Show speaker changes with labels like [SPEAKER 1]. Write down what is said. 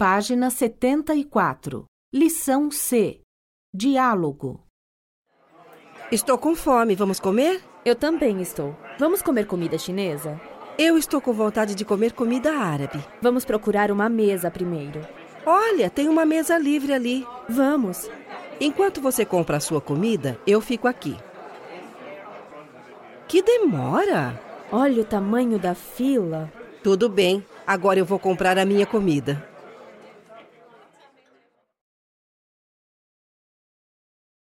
[SPEAKER 1] Página 74. Lição C. Diálogo.
[SPEAKER 2] Estou com fome, vamos comer?
[SPEAKER 3] Eu também estou. Vamos comer comida chinesa?
[SPEAKER 2] Eu estou com vontade de comer comida árabe.
[SPEAKER 3] Vamos procurar uma mesa primeiro.
[SPEAKER 2] Olha, tem uma mesa livre ali.
[SPEAKER 3] Vamos!
[SPEAKER 2] Enquanto você compra a sua comida, eu fico aqui. Que demora!
[SPEAKER 3] Olha o tamanho da fila.
[SPEAKER 2] Tudo bem, agora eu vou comprar a minha comida.